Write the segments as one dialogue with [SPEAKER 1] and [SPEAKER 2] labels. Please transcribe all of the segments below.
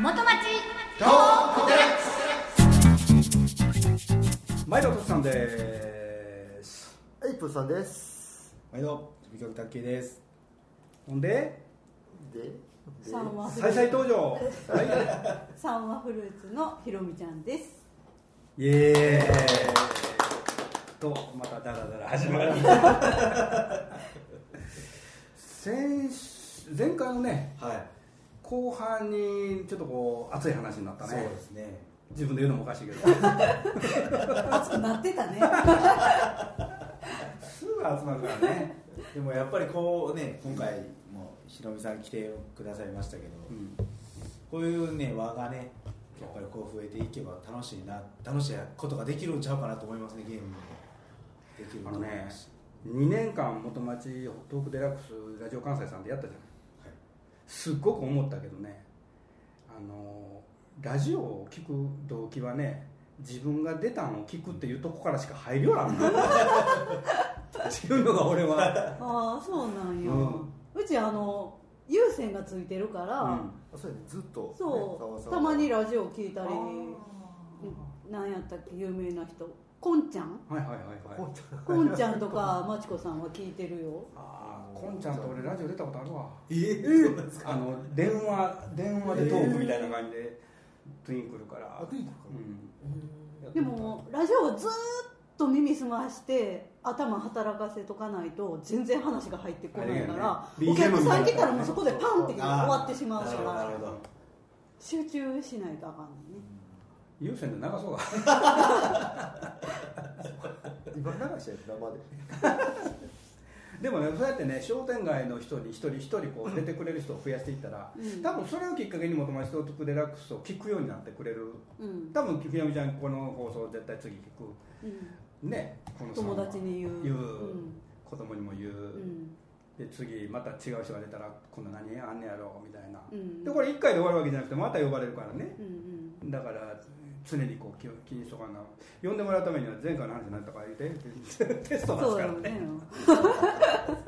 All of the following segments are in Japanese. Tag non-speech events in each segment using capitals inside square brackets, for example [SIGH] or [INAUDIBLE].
[SPEAKER 1] 元町
[SPEAKER 2] 毎度おさんです
[SPEAKER 3] エイプさんです。
[SPEAKER 2] 毎度ビカビタッキーですほんで
[SPEAKER 3] で、で
[SPEAKER 4] サンワフル
[SPEAKER 2] 再
[SPEAKER 4] ー
[SPEAKER 2] 々
[SPEAKER 4] ツ
[SPEAKER 2] 登場
[SPEAKER 4] [LAUGHS] サンワフルーツのひろみちゃんです。
[SPEAKER 2] イエーイとまたダラダラ始まる [LAUGHS] 先週前回のね
[SPEAKER 5] はい、
[SPEAKER 2] 後半にちょっとこう熱い話になった
[SPEAKER 5] そう
[SPEAKER 2] ね
[SPEAKER 5] ですね。
[SPEAKER 2] 自分で言うのもおかしいけど
[SPEAKER 4] 熱くなってたね。
[SPEAKER 2] [LAUGHS] すぐ集まるからね、
[SPEAKER 5] でもやっぱりこうね、今回もひろみさん来てくださいましたけど、
[SPEAKER 2] うん、
[SPEAKER 5] こういうね輪がね、やっぱりこう増えていけば楽しいな、楽しいことができるんちゃうかなと思いますね、ゲームもできる
[SPEAKER 2] あ
[SPEAKER 5] と
[SPEAKER 2] の
[SPEAKER 5] 思い
[SPEAKER 2] ね
[SPEAKER 5] ます。
[SPEAKER 2] 2年間元町ホットークデラックスラジオ関西さんでやったじゃない
[SPEAKER 5] はい
[SPEAKER 2] すっごく思ったけどねあのラジオを聞く動機はね自分が出たのを聞くっていうとこからしか入りようなんだっていうのが俺 [LAUGHS] は、
[SPEAKER 4] ああ、そうなんよ。うちあの有線がついてるか
[SPEAKER 2] う
[SPEAKER 4] ら、
[SPEAKER 2] ん
[SPEAKER 3] あそうやね、ずっと、ね、
[SPEAKER 4] そう
[SPEAKER 3] ざ
[SPEAKER 4] た
[SPEAKER 3] わざわ
[SPEAKER 4] まにラジオ聞いたり、
[SPEAKER 2] は
[SPEAKER 4] なんやったっけ有名な人、こんちゃん、
[SPEAKER 2] いはいはいはい
[SPEAKER 3] こう
[SPEAKER 4] こんちゃんとかまちこさんは聞いてるよ。
[SPEAKER 2] ああこんちゃんと俺ラジオ出たことあるわ
[SPEAKER 5] えー、そうなんですか。
[SPEAKER 2] あの電話電話でトークみたいな感じでトゥインクルから
[SPEAKER 3] あ、、といいのか
[SPEAKER 2] うん
[SPEAKER 3] な。
[SPEAKER 4] でもラジオはずーっと耳澄まして頭働かせとかないと全然話が入ってこないから
[SPEAKER 2] あ、れや
[SPEAKER 4] お
[SPEAKER 2] ね BGM
[SPEAKER 4] 客さん来たらもうそこでパンって終
[SPEAKER 5] あー
[SPEAKER 4] わってしまうか
[SPEAKER 5] なる
[SPEAKER 4] ら
[SPEAKER 5] ほど、なるほ
[SPEAKER 4] 集中しないとあかんのね。
[SPEAKER 2] 有線で流そうか
[SPEAKER 3] 今流したやつ生で。
[SPEAKER 2] でもねそうやってね商店街の人に一人一人こう出てくれる人を増やしていったら、
[SPEAKER 4] うん
[SPEAKER 2] 多分それをきっかけに元町トークデラックスを聞くようになってくれる
[SPEAKER 4] うん
[SPEAKER 2] 多分ひろみちゃんこの放送絶対次聞く
[SPEAKER 4] うん、
[SPEAKER 2] ねこの
[SPEAKER 4] 友達に言う
[SPEAKER 2] 言う、
[SPEAKER 4] うん
[SPEAKER 2] 子供にも言う、
[SPEAKER 4] うん
[SPEAKER 2] で次また違う人が出たら今度何あんねやろうみたいな、
[SPEAKER 4] うん
[SPEAKER 2] でこれ1回で終わるわけじゃなくてまた呼ばれるからね
[SPEAKER 4] うんうん
[SPEAKER 2] だから常にこう気を気にしとかな呼んでもらうためには前回の話になったから言って [LAUGHS] テストなんです
[SPEAKER 4] そ
[SPEAKER 2] か
[SPEAKER 4] うだ
[SPEAKER 2] ら
[SPEAKER 4] よね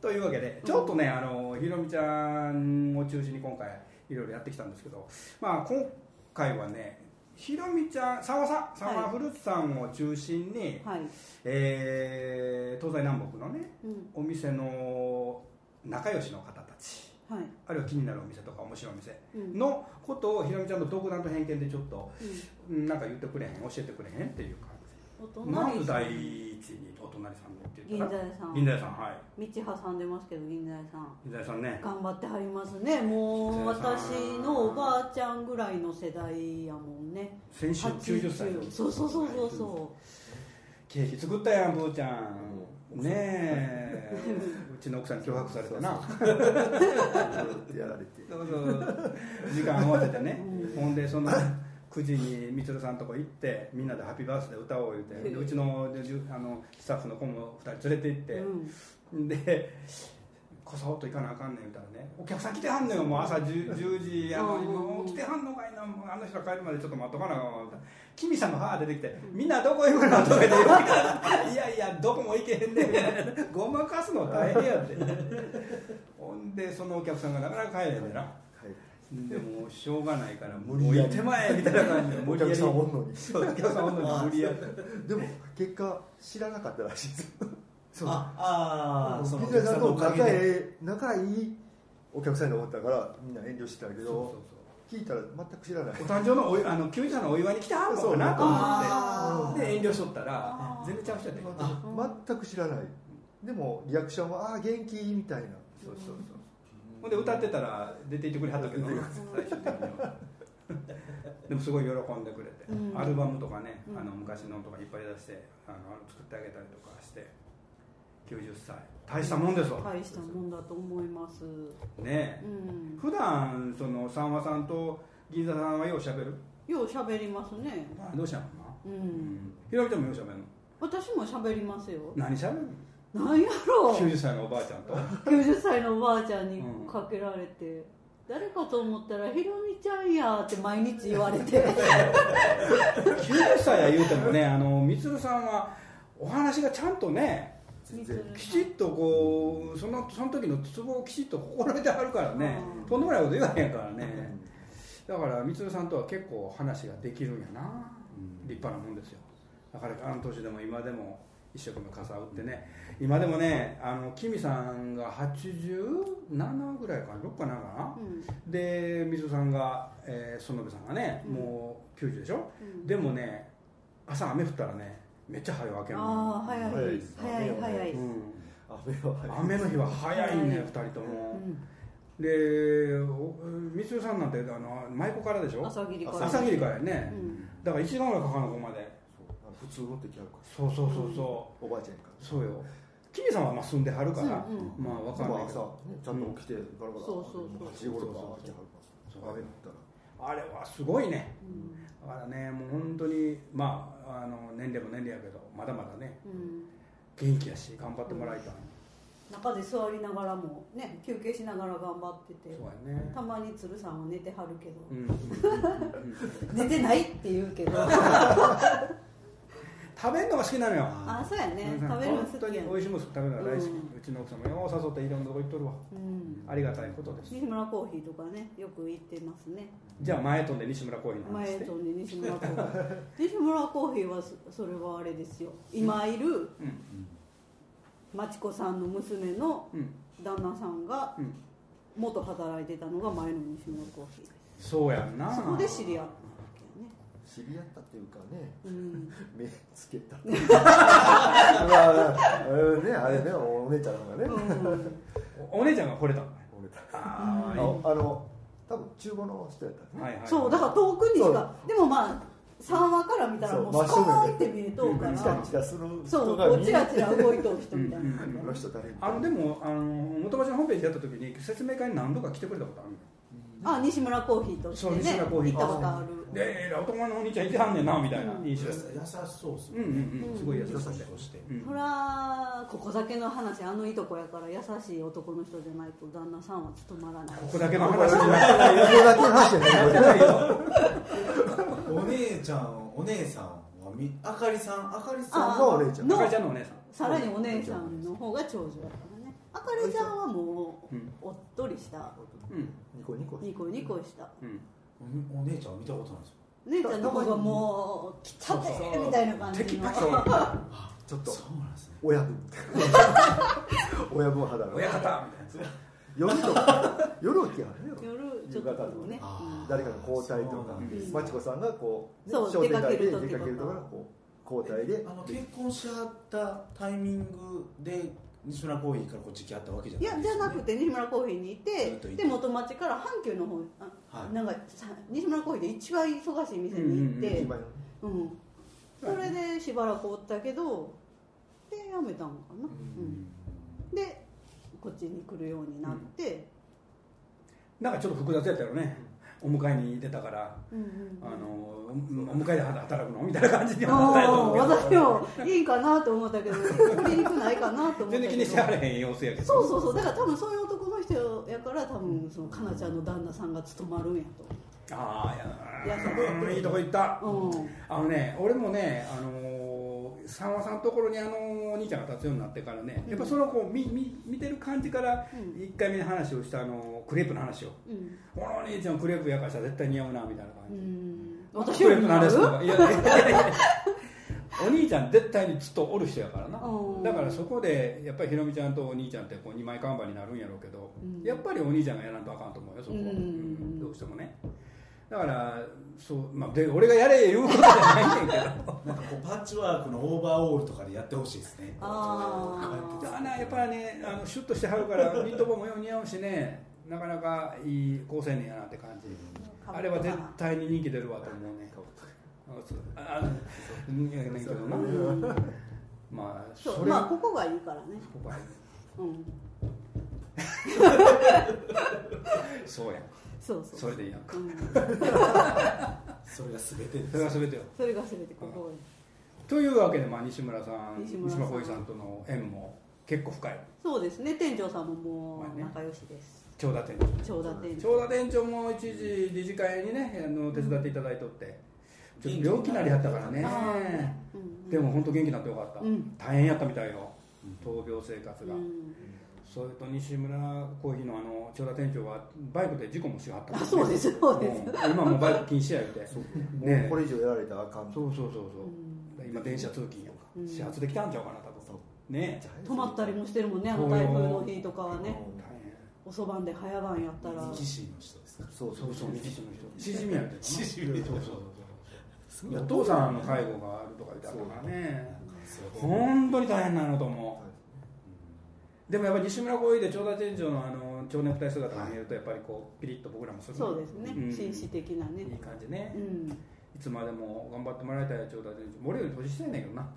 [SPEAKER 2] というわけで、ちょっとね、あのひろみちゃんを中心に今回、いろいろやってきたんですけど、まあ、今回はね、ひろみちゃん、沢さん、沢フルーツさんを中心に、
[SPEAKER 4] はい、
[SPEAKER 2] えー東西南北のね、
[SPEAKER 4] うん
[SPEAKER 2] お店の仲良しの方たち、
[SPEAKER 4] はい
[SPEAKER 2] あるいは気になるお店とか、面白いお店
[SPEAKER 4] うん
[SPEAKER 2] のことを、ひろみちゃんの独断と偏見でちょっと、
[SPEAKER 4] う
[SPEAKER 2] うんなんか言ってくれへん、教えてくれへんっていう感じ。
[SPEAKER 4] ん、お
[SPEAKER 2] ま
[SPEAKER 4] 隣
[SPEAKER 2] ず
[SPEAKER 4] さん
[SPEAKER 2] 第一にお隣さんでって言
[SPEAKER 4] 銀
[SPEAKER 2] った
[SPEAKER 4] 座
[SPEAKER 2] ら
[SPEAKER 4] 屋さん
[SPEAKER 2] 銀座屋さんはい
[SPEAKER 4] 道挟んでますけど銀座屋さん
[SPEAKER 2] 銀座屋さんね
[SPEAKER 4] 頑張ってはりますねもう
[SPEAKER 2] 銀座屋
[SPEAKER 4] 私
[SPEAKER 2] さん
[SPEAKER 4] のおばあちゃんぐらいの世代やもんね
[SPEAKER 2] 先週90歳
[SPEAKER 4] 80そうそうそうそうそ
[SPEAKER 2] ケーキ作ったやんブーちゃん、
[SPEAKER 3] うん
[SPEAKER 2] ねえうちの奥さんに脅迫されてな
[SPEAKER 3] やられて。
[SPEAKER 2] そうそう時間合わせてね、
[SPEAKER 4] う
[SPEAKER 2] ほんでその9時にみつるさんとこ行ってみんなで「ハッピーバースデー歌おう」言うてでうちのでじゅあのスタッフの子も2人連れて
[SPEAKER 4] う、う
[SPEAKER 2] 行
[SPEAKER 4] ん、
[SPEAKER 2] って、 [LAUGHS] でこそっと行かなあかんねん言うたらねお客さん来てはんのよもう朝 10, 10時あの
[SPEAKER 4] うん
[SPEAKER 2] もう来てはんのかいなもうあの人が帰るまでちょっと待っとかなあかんわキミさんの母出てきて「みんなどこ行くの?」とか言って [LAUGHS] 「いやいやどこも行けへんねん」ごまかすの大変や [LAUGHS] ってほんでそのお客さんがなかなか帰れへんでな
[SPEAKER 3] はい。
[SPEAKER 2] でもしょうがないからも
[SPEAKER 3] 無
[SPEAKER 2] う
[SPEAKER 3] 理やり
[SPEAKER 2] 行ってまえみたいな感じで
[SPEAKER 3] お客さんおんのに。
[SPEAKER 2] そうお客さんおんのに無理やり
[SPEAKER 3] でも、結果、知らなかったらしいです。
[SPEAKER 2] そう
[SPEAKER 5] ああー、その
[SPEAKER 3] みんなと
[SPEAKER 5] おか
[SPEAKER 3] 仲
[SPEAKER 5] げで。
[SPEAKER 3] ええ、仲いいお客さんに思ったから、みんな遠慮してたけ
[SPEAKER 2] そう
[SPEAKER 3] ど、
[SPEAKER 2] そうそう
[SPEAKER 3] 聞いたら全く知らない。
[SPEAKER 2] お誕生のおいあの90歳のお祝いに来てはんのかなと思
[SPEAKER 4] あ
[SPEAKER 2] っ
[SPEAKER 4] ー
[SPEAKER 2] てで遠慮しとったら
[SPEAKER 4] あー
[SPEAKER 2] 全然ちゃう人やで
[SPEAKER 3] 全く知らない。でも、リアクションは、ああ、元気みたいな。
[SPEAKER 2] そうそうそうほんで歌ってたら出て行ってくれはったけど最終的には [LAUGHS] でもすごい喜んでくれて、
[SPEAKER 4] うん
[SPEAKER 2] アルバムとかね、
[SPEAKER 4] うん
[SPEAKER 2] あの昔のとかいっぱい出してあの作ってあげたりとかして90歳大したもんですわ、
[SPEAKER 4] 大したもんだと思います、
[SPEAKER 2] ね
[SPEAKER 4] う
[SPEAKER 2] え
[SPEAKER 4] ん、
[SPEAKER 2] 普段そのさんまさんと銀座さんはようしゃべる
[SPEAKER 4] よう喋りますね
[SPEAKER 2] どうしたのか
[SPEAKER 4] う
[SPEAKER 2] な、うんひろみちゃんもようしゃべるの
[SPEAKER 4] 私も喋りますよ
[SPEAKER 2] 何しゃべる
[SPEAKER 4] なんやろ
[SPEAKER 2] の
[SPEAKER 4] う
[SPEAKER 2] 90歳のおばあちゃんと
[SPEAKER 4] 90歳のおばあちゃんにかけられて、誰かと思ったら「ひろみちゃんや」って毎日言われ
[SPEAKER 2] [LAUGHS]
[SPEAKER 4] て
[SPEAKER 2] 90歳は言うてもねあのみつるさんはお話がちゃんとね
[SPEAKER 3] 全然
[SPEAKER 2] きちっとこうそのその時のツボをきちっと心得てはるからね
[SPEAKER 4] うん
[SPEAKER 2] とんでもないこと言わへんからねだから光さんとは結構話ができるんやな、
[SPEAKER 5] うん
[SPEAKER 2] 立派なもんですよだからあの年でも今でも一生懸命傘を打ってね今でもねあのキミさんが87ぐらいかな6かなんかな
[SPEAKER 4] うん
[SPEAKER 2] で水さんが、えー、園部さんがね、
[SPEAKER 4] うん
[SPEAKER 2] もう90でしょ、
[SPEAKER 4] うん
[SPEAKER 2] でもね朝雨降ったらねめっちゃ早いわけ
[SPEAKER 4] ああ
[SPEAKER 2] よ、
[SPEAKER 4] 早い
[SPEAKER 3] 早い
[SPEAKER 4] 早い早い、
[SPEAKER 2] うん、
[SPEAKER 3] 雨は
[SPEAKER 2] 雨の日は早いね、
[SPEAKER 4] うん
[SPEAKER 2] 二人と
[SPEAKER 4] う
[SPEAKER 2] も、
[SPEAKER 4] ん
[SPEAKER 2] でお三代さんなんてあの舞妓からでしょ
[SPEAKER 4] 朝霧から
[SPEAKER 2] 朝霧からや
[SPEAKER 4] う
[SPEAKER 2] ね、
[SPEAKER 4] ん
[SPEAKER 2] だから1時間ぐらいかかるのここまで
[SPEAKER 3] そうあの普通の敵あるから
[SPEAKER 2] そうそうそうそ
[SPEAKER 3] おばあちゃんやか
[SPEAKER 2] うそうよ君さんはまあ住んではるから、
[SPEAKER 4] うんうん
[SPEAKER 2] まあわからん
[SPEAKER 3] ま
[SPEAKER 2] ない
[SPEAKER 3] あ
[SPEAKER 2] け
[SPEAKER 3] 朝
[SPEAKER 2] ど
[SPEAKER 3] ねちゃんと起きてガラガラ
[SPEAKER 4] そうそうそう
[SPEAKER 3] 8時頃とか
[SPEAKER 2] そう
[SPEAKER 3] 来てはる
[SPEAKER 2] そうそうそう
[SPEAKER 3] から雨降ったら
[SPEAKER 2] あれはすごいね
[SPEAKER 4] うん
[SPEAKER 2] だからねもう本当にまああの年齢も年齢やけどまだまだね
[SPEAKER 4] うん
[SPEAKER 2] 元気やし頑張ってもらいたい、
[SPEAKER 4] 中で座りながらもね休憩しながら頑張ってて
[SPEAKER 2] そうやね
[SPEAKER 4] たまに鶴さんは寝てはるけど、
[SPEAKER 2] うんうんうんうん
[SPEAKER 4] 寝てないって言うけど
[SPEAKER 2] 食べるのが好きなのよ
[SPEAKER 4] あそうやね
[SPEAKER 2] うん
[SPEAKER 4] 食べるの
[SPEAKER 2] 本
[SPEAKER 4] 好
[SPEAKER 2] 当
[SPEAKER 4] き
[SPEAKER 2] に
[SPEAKER 4] や
[SPEAKER 2] 美味
[SPEAKER 4] ね
[SPEAKER 2] しいもの食べるのが大好き、う
[SPEAKER 4] うん
[SPEAKER 2] ちの奥さんもよう誘っていろんなとこ行っとるわ
[SPEAKER 4] うん
[SPEAKER 2] ありがたいことです
[SPEAKER 4] 西村コーヒーとかねよく行ってますね
[SPEAKER 2] じゃあ前飛んで西村コーヒーの話
[SPEAKER 4] 前
[SPEAKER 2] して
[SPEAKER 4] とね西村コー
[SPEAKER 2] [LAUGHS]
[SPEAKER 4] ヒー西村コーヒーはそそれはあれですよ今いる
[SPEAKER 2] うん
[SPEAKER 4] 町子さんの娘の
[SPEAKER 2] うん
[SPEAKER 4] 旦那さんが
[SPEAKER 2] うん
[SPEAKER 4] 元働いてたのが前の西村コーヒーです
[SPEAKER 2] そうやんな
[SPEAKER 4] そこで知り合ったわ
[SPEAKER 3] 知り合ったっていうかね
[SPEAKER 4] けよねうん
[SPEAKER 3] 目つけたまあうんねあれねお姉ちゃんがね
[SPEAKER 2] [LAUGHS]
[SPEAKER 4] うん
[SPEAKER 2] おお姉ちゃんが惚れた
[SPEAKER 3] 俺たあ
[SPEAKER 2] あー
[SPEAKER 3] のあの多分中古の人やったんですね
[SPEAKER 2] はいはい
[SPEAKER 4] そうだから遠くにしかでもまあ3話から見たらもう
[SPEAKER 3] そう
[SPEAKER 4] スコーンって見えとうか
[SPEAKER 2] 真
[SPEAKER 3] チ
[SPEAKER 2] 正
[SPEAKER 3] ラ
[SPEAKER 4] ら
[SPEAKER 2] 面
[SPEAKER 3] チラする
[SPEAKER 4] そう
[SPEAKER 3] 人
[SPEAKER 4] こ
[SPEAKER 3] が
[SPEAKER 4] う
[SPEAKER 3] 見
[SPEAKER 4] チ
[SPEAKER 3] え
[SPEAKER 4] ラチラ動いとう人みたいな
[SPEAKER 2] うん
[SPEAKER 3] この人誰
[SPEAKER 2] あのでもあの元町のホームページやった時に説明会に何度か来てくれたことあるの
[SPEAKER 4] あ西村コーヒーとして
[SPEAKER 2] そう西
[SPEAKER 4] ね
[SPEAKER 2] 村コーヒー
[SPEAKER 4] 行ったことある
[SPEAKER 2] でえらい男のお兄ちゃんいてはんねんなみたいな
[SPEAKER 4] うん
[SPEAKER 2] 印象
[SPEAKER 5] 優
[SPEAKER 2] で
[SPEAKER 5] し
[SPEAKER 2] す
[SPEAKER 5] そうです
[SPEAKER 2] うんうんうんすごい優しい
[SPEAKER 3] 優しい
[SPEAKER 5] として
[SPEAKER 2] うん
[SPEAKER 4] そらここだけの話あのいとこやから優しい男の人じゃないと旦那さんは務まらない
[SPEAKER 2] ここだけの話になっ
[SPEAKER 4] [LAUGHS]
[SPEAKER 3] 横だけの話やねこれ
[SPEAKER 2] てないよ
[SPEAKER 5] お姉ちゃんお姉さんはみあかりさんあかりさん
[SPEAKER 4] あ
[SPEAKER 3] がお姉ちゃん
[SPEAKER 4] の
[SPEAKER 2] 赤ちゃんのお
[SPEAKER 4] [LAUGHS]
[SPEAKER 2] 姉さん
[SPEAKER 4] さらにお姉さんの方が長女やからねあかりちゃんはもう
[SPEAKER 2] うん
[SPEAKER 4] おっとりした
[SPEAKER 2] うん
[SPEAKER 3] ニコニコ
[SPEAKER 4] ニコニコした
[SPEAKER 2] うん
[SPEAKER 5] おお姉ちゃんは見たことないですよ
[SPEAKER 4] 姉ちゃんの方がもう「きちゃってみたいな感じの
[SPEAKER 3] ちょっと
[SPEAKER 5] そうなんですね
[SPEAKER 3] 親分親分肌が
[SPEAKER 2] 親方みたいな
[SPEAKER 3] 夜とか夜起きやね
[SPEAKER 4] 夜ちょっとね
[SPEAKER 5] あ
[SPEAKER 3] 誰かの交代と
[SPEAKER 5] そうな
[SPEAKER 3] か
[SPEAKER 5] ん
[SPEAKER 2] です
[SPEAKER 3] マチコさんがこうね
[SPEAKER 4] そう
[SPEAKER 3] 商店街で
[SPEAKER 4] 出かける時
[SPEAKER 3] 出
[SPEAKER 4] とか
[SPEAKER 3] かけるとかこう交代で
[SPEAKER 5] あの結婚し合ったタイミングで西村コーヒーからこっち来はったわけじゃ
[SPEAKER 4] い
[SPEAKER 5] ない
[SPEAKER 4] やじゃなくて西村コーヒーにい
[SPEAKER 5] ずってといて
[SPEAKER 4] で元町から阪急の方あ、
[SPEAKER 5] はい
[SPEAKER 4] なんかさ西村コーヒーで一番忙しい店に行って、
[SPEAKER 3] 駅前の
[SPEAKER 4] うん、それでしばらくおったけどでやめたんかな、うんでこっちに来るようになって、
[SPEAKER 2] なんかちょっと複雑やったよねお迎えに出たから
[SPEAKER 4] うんうん
[SPEAKER 2] あのお迎えで働くのみたいな感じにはなったんやと思
[SPEAKER 4] あ
[SPEAKER 2] う
[SPEAKER 4] あ
[SPEAKER 2] けど
[SPEAKER 4] 私もいいんかなと思ったけど売りにくないかなと思ったけど
[SPEAKER 2] 全然 [LAUGHS] 気にしてはれへん様子やけど
[SPEAKER 4] そうそうそうだから多分そういう男の人やから多分そのかなちゃんの旦那さんが務まるんや
[SPEAKER 2] ああいや
[SPEAKER 4] いやそう
[SPEAKER 2] うんいいとこ行った
[SPEAKER 4] と、うん、
[SPEAKER 2] あのね俺もねあのー三和さんのところにあのお兄ちゃんが立つようになってからね、
[SPEAKER 4] うん
[SPEAKER 2] やっぱそのこう見見見てる感じから
[SPEAKER 4] うん
[SPEAKER 2] 1回目の話をしたあのクレープの話を
[SPEAKER 4] うん
[SPEAKER 2] このお兄ちゃんクレープやからしたら絶対似合うなみたいな感
[SPEAKER 4] う
[SPEAKER 2] じ、
[SPEAKER 4] ん
[SPEAKER 2] ク
[SPEAKER 4] 私
[SPEAKER 2] レ
[SPEAKER 4] よ
[SPEAKER 2] ー
[SPEAKER 4] り
[SPEAKER 2] プ
[SPEAKER 4] も
[SPEAKER 2] の話とかいやいやいやいやお兄ちゃん絶対にずっとおる人やからな
[SPEAKER 4] うん
[SPEAKER 2] だからそこでやっぱりひろみちゃんとお兄ちゃんってこう二枚看板になるんやろうけど、
[SPEAKER 4] うん
[SPEAKER 2] やっぱりお兄ちゃんがやらんとあかんと思うよそこは、
[SPEAKER 4] うん
[SPEAKER 2] うんどうしてもねだからそう、まあ、で俺がやれ言うことじゃないねんけど [LAUGHS]
[SPEAKER 5] なんかこうパッチワークのオーバーオールとかでやってほしいですね
[SPEAKER 4] あー
[SPEAKER 2] あなやっぱりねあのシュッとしてはるからニット帽もよう似合うしねなかなかいい好青年やなって感じあれは絶対に人気出るわと思うね
[SPEAKER 3] 顔とか
[SPEAKER 2] ああ人気やねんけどな
[SPEAKER 4] うん
[SPEAKER 2] まあ
[SPEAKER 4] そ
[SPEAKER 2] そうれ
[SPEAKER 4] まあここがいいからね
[SPEAKER 2] ここは
[SPEAKER 4] うん
[SPEAKER 2] [LAUGHS] そうやん
[SPEAKER 4] そうそ
[SPEAKER 2] そ
[SPEAKER 4] う
[SPEAKER 2] れでいいやんか
[SPEAKER 4] うん
[SPEAKER 5] それが全て
[SPEAKER 2] それが全てよ
[SPEAKER 4] それが全てここ
[SPEAKER 2] というわけで、まあ、西村さん
[SPEAKER 4] 西
[SPEAKER 2] 西
[SPEAKER 4] 村さん
[SPEAKER 2] 村浩一さんとの縁も結構深い
[SPEAKER 4] そうですね店長さんもも
[SPEAKER 2] まあ
[SPEAKER 4] う
[SPEAKER 2] ね
[SPEAKER 4] 仲良しです
[SPEAKER 2] 長田店長
[SPEAKER 4] 長田店長
[SPEAKER 2] 長田店長も一時理事会にねあの手伝っていただいとってちょっと病気になりやったからね
[SPEAKER 4] あーねうん
[SPEAKER 2] でも本当元気になってよかった、
[SPEAKER 4] うん
[SPEAKER 2] 大変やったみたいよ
[SPEAKER 5] うん
[SPEAKER 2] 闘病生活
[SPEAKER 4] う
[SPEAKER 2] が、
[SPEAKER 4] ん
[SPEAKER 2] それと西村コーヒーのあの長田店長はバイクで事故もしはったもん
[SPEAKER 4] あそうですそうです
[SPEAKER 2] ん今もうバイク禁止や言うて
[SPEAKER 3] もうこれ以上やられたらあかんと
[SPEAKER 2] そうそうそうそう、
[SPEAKER 4] う
[SPEAKER 2] 今電車通勤やんか、
[SPEAKER 4] うん
[SPEAKER 2] 始発できたんちゃうかな多
[SPEAKER 3] そ
[SPEAKER 2] 分
[SPEAKER 3] う
[SPEAKER 2] ねえ
[SPEAKER 4] 止まったりもしてるもんねあの台風の日とかはね
[SPEAKER 2] 大変
[SPEAKER 4] 遅番で早番やったら
[SPEAKER 5] 力士の人ですか
[SPEAKER 3] そう
[SPEAKER 2] そ
[SPEAKER 3] そうう
[SPEAKER 2] そ
[SPEAKER 3] そうう
[SPEAKER 2] 西島の人しじみやったよな
[SPEAKER 5] しじみ
[SPEAKER 2] そうそうそうそうお父さんの介護があるとか言ってあったからね本当に大変なのと思うでもやっぱり西村公園で長田店長のあの蝶ネクタイ姿が見えるとやっぱりこうピリッと僕らもする
[SPEAKER 4] そうですね
[SPEAKER 2] うん
[SPEAKER 4] 紳士的ないね
[SPEAKER 2] い感じね
[SPEAKER 4] う、ん
[SPEAKER 2] いつまでも頑張ってもらいたい長田店長俺より年下やねんけ [LAUGHS] どな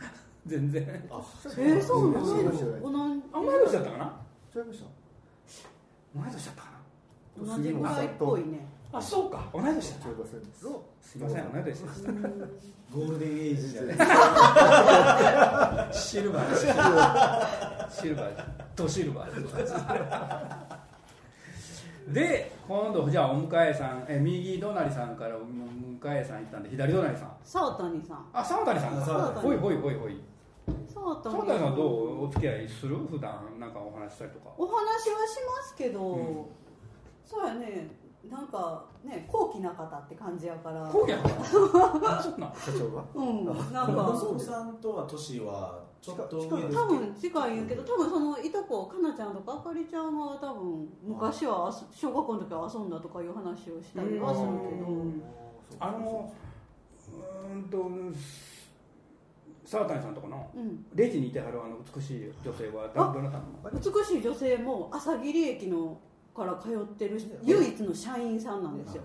[SPEAKER 2] 全然
[SPEAKER 4] えーそうな
[SPEAKER 3] そう
[SPEAKER 4] の
[SPEAKER 3] ですよね
[SPEAKER 2] あ
[SPEAKER 4] 同
[SPEAKER 2] 前年だったかな
[SPEAKER 3] ちゃいました
[SPEAKER 2] 前年だったか
[SPEAKER 4] じ同じぐらいっぽいね
[SPEAKER 2] なあそうか同い年だった
[SPEAKER 3] 中華戦です
[SPEAKER 2] すいません同い年でし
[SPEAKER 4] うん
[SPEAKER 5] ゴールデンエイジじゃない
[SPEAKER 2] たシルバーシルバーシルバードシルバーで今度じゃあお迎えさんえ右隣さんからお迎えさん行ったんで左隣さん
[SPEAKER 4] 沢谷さん
[SPEAKER 2] あ沢谷さん
[SPEAKER 5] あ沢
[SPEAKER 2] か
[SPEAKER 4] 谷
[SPEAKER 2] ほいほいほいほい
[SPEAKER 4] 沢谷
[SPEAKER 2] 澤田さんどうお付き合いする普段なんかお話したりとか
[SPEAKER 4] お話はしますけど、
[SPEAKER 2] うん
[SPEAKER 4] そうやねなんかね高貴な方って感じやから
[SPEAKER 2] 講義やからそんな
[SPEAKER 3] 社長が
[SPEAKER 4] うんなんか
[SPEAKER 5] 細野さんとは年はちょっと上
[SPEAKER 3] 近い
[SPEAKER 5] です
[SPEAKER 4] 多分近いんやけど多分そのいとこかなちゃんとかあかりちゃんは多分昔はあそ小学校の時は遊んだとかいう話をしたりはするけど
[SPEAKER 2] うんあのうーんと澤谷さんとかの
[SPEAKER 4] うん
[SPEAKER 2] レジにいてはるあの美しい女性はどどなたなの
[SPEAKER 4] 美しい女性も朝霧駅のから通ってる唯一の社員さんなんですよ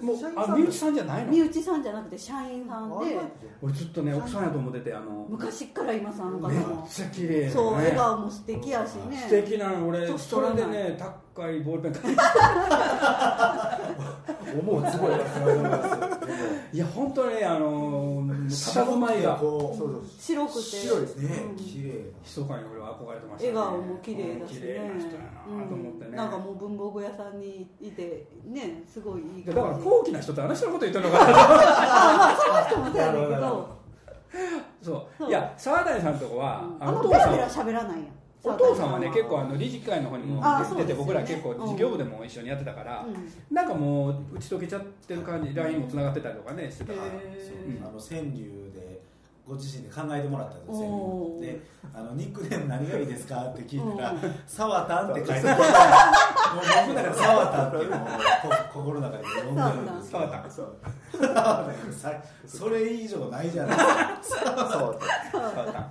[SPEAKER 2] もうあ身内さんじゃないの
[SPEAKER 4] 身内さんじゃなくて社員さんで
[SPEAKER 2] 俺ずっとね奥さんやと思っててあのめっ
[SPEAKER 4] 昔からいますあの方も
[SPEAKER 2] ちゃ綺麗なね
[SPEAKER 4] そう笑顔も素敵やしね
[SPEAKER 2] 素敵なの俺
[SPEAKER 4] 年
[SPEAKER 2] そ
[SPEAKER 4] 取
[SPEAKER 2] れ
[SPEAKER 4] らない
[SPEAKER 2] でね高いボールペン買い
[SPEAKER 3] 思うつぼや
[SPEAKER 2] いや本当にねあの佇まいが
[SPEAKER 5] こ
[SPEAKER 3] そうそう
[SPEAKER 4] 白くて
[SPEAKER 3] 白いです
[SPEAKER 5] うね
[SPEAKER 4] うん
[SPEAKER 5] 綺麗
[SPEAKER 2] 密かに俺は憧れてました、ね、
[SPEAKER 4] 笑顔も綺麗だし
[SPEAKER 2] うん
[SPEAKER 4] ね
[SPEAKER 2] 綺麗な人やなと思ってね、
[SPEAKER 4] うんなんかもう文房具屋さんにいてねすごいいい
[SPEAKER 2] だ
[SPEAKER 4] 感
[SPEAKER 2] か
[SPEAKER 4] じ
[SPEAKER 2] ら高貴な人ってあの人のこと言ってるのかな
[SPEAKER 4] あまあその人もそうやねんけ
[SPEAKER 5] なるほ
[SPEAKER 4] ど
[SPEAKER 2] そう
[SPEAKER 4] [LAUGHS] そう
[SPEAKER 2] いや澤谷さんとこは、
[SPEAKER 4] うん
[SPEAKER 2] あの
[SPEAKER 4] あの
[SPEAKER 2] お父
[SPEAKER 4] ペラ
[SPEAKER 2] さ
[SPEAKER 4] ペ
[SPEAKER 2] ん
[SPEAKER 4] ラ喋らないやん
[SPEAKER 2] お父さんはね
[SPEAKER 3] あー
[SPEAKER 2] 結構あの理事会の方にも
[SPEAKER 4] あ
[SPEAKER 2] 出て
[SPEAKER 4] ー
[SPEAKER 2] て、
[SPEAKER 4] そうですよね
[SPEAKER 2] 僕ら結構
[SPEAKER 4] うん
[SPEAKER 2] 事業部でも一緒にやってたから、
[SPEAKER 4] うん
[SPEAKER 2] なんかもう打ち解けちゃってる感じ LINE もつながってたりとかねしてたから、
[SPEAKER 4] へ
[SPEAKER 5] あの川柳でご自身で考えてもらったんです
[SPEAKER 4] お
[SPEAKER 5] よ
[SPEAKER 4] ー
[SPEAKER 5] であのニックネーム何がいいですかって聞いたら
[SPEAKER 4] う
[SPEAKER 5] 「サワタン」って書いてあったもう僕なんか「サワタン」ってもうこ心の中で呼んでるんです
[SPEAKER 2] サワタン
[SPEAKER 5] ンさそれ以上ないじゃないですか
[SPEAKER 3] 触って
[SPEAKER 2] 澤田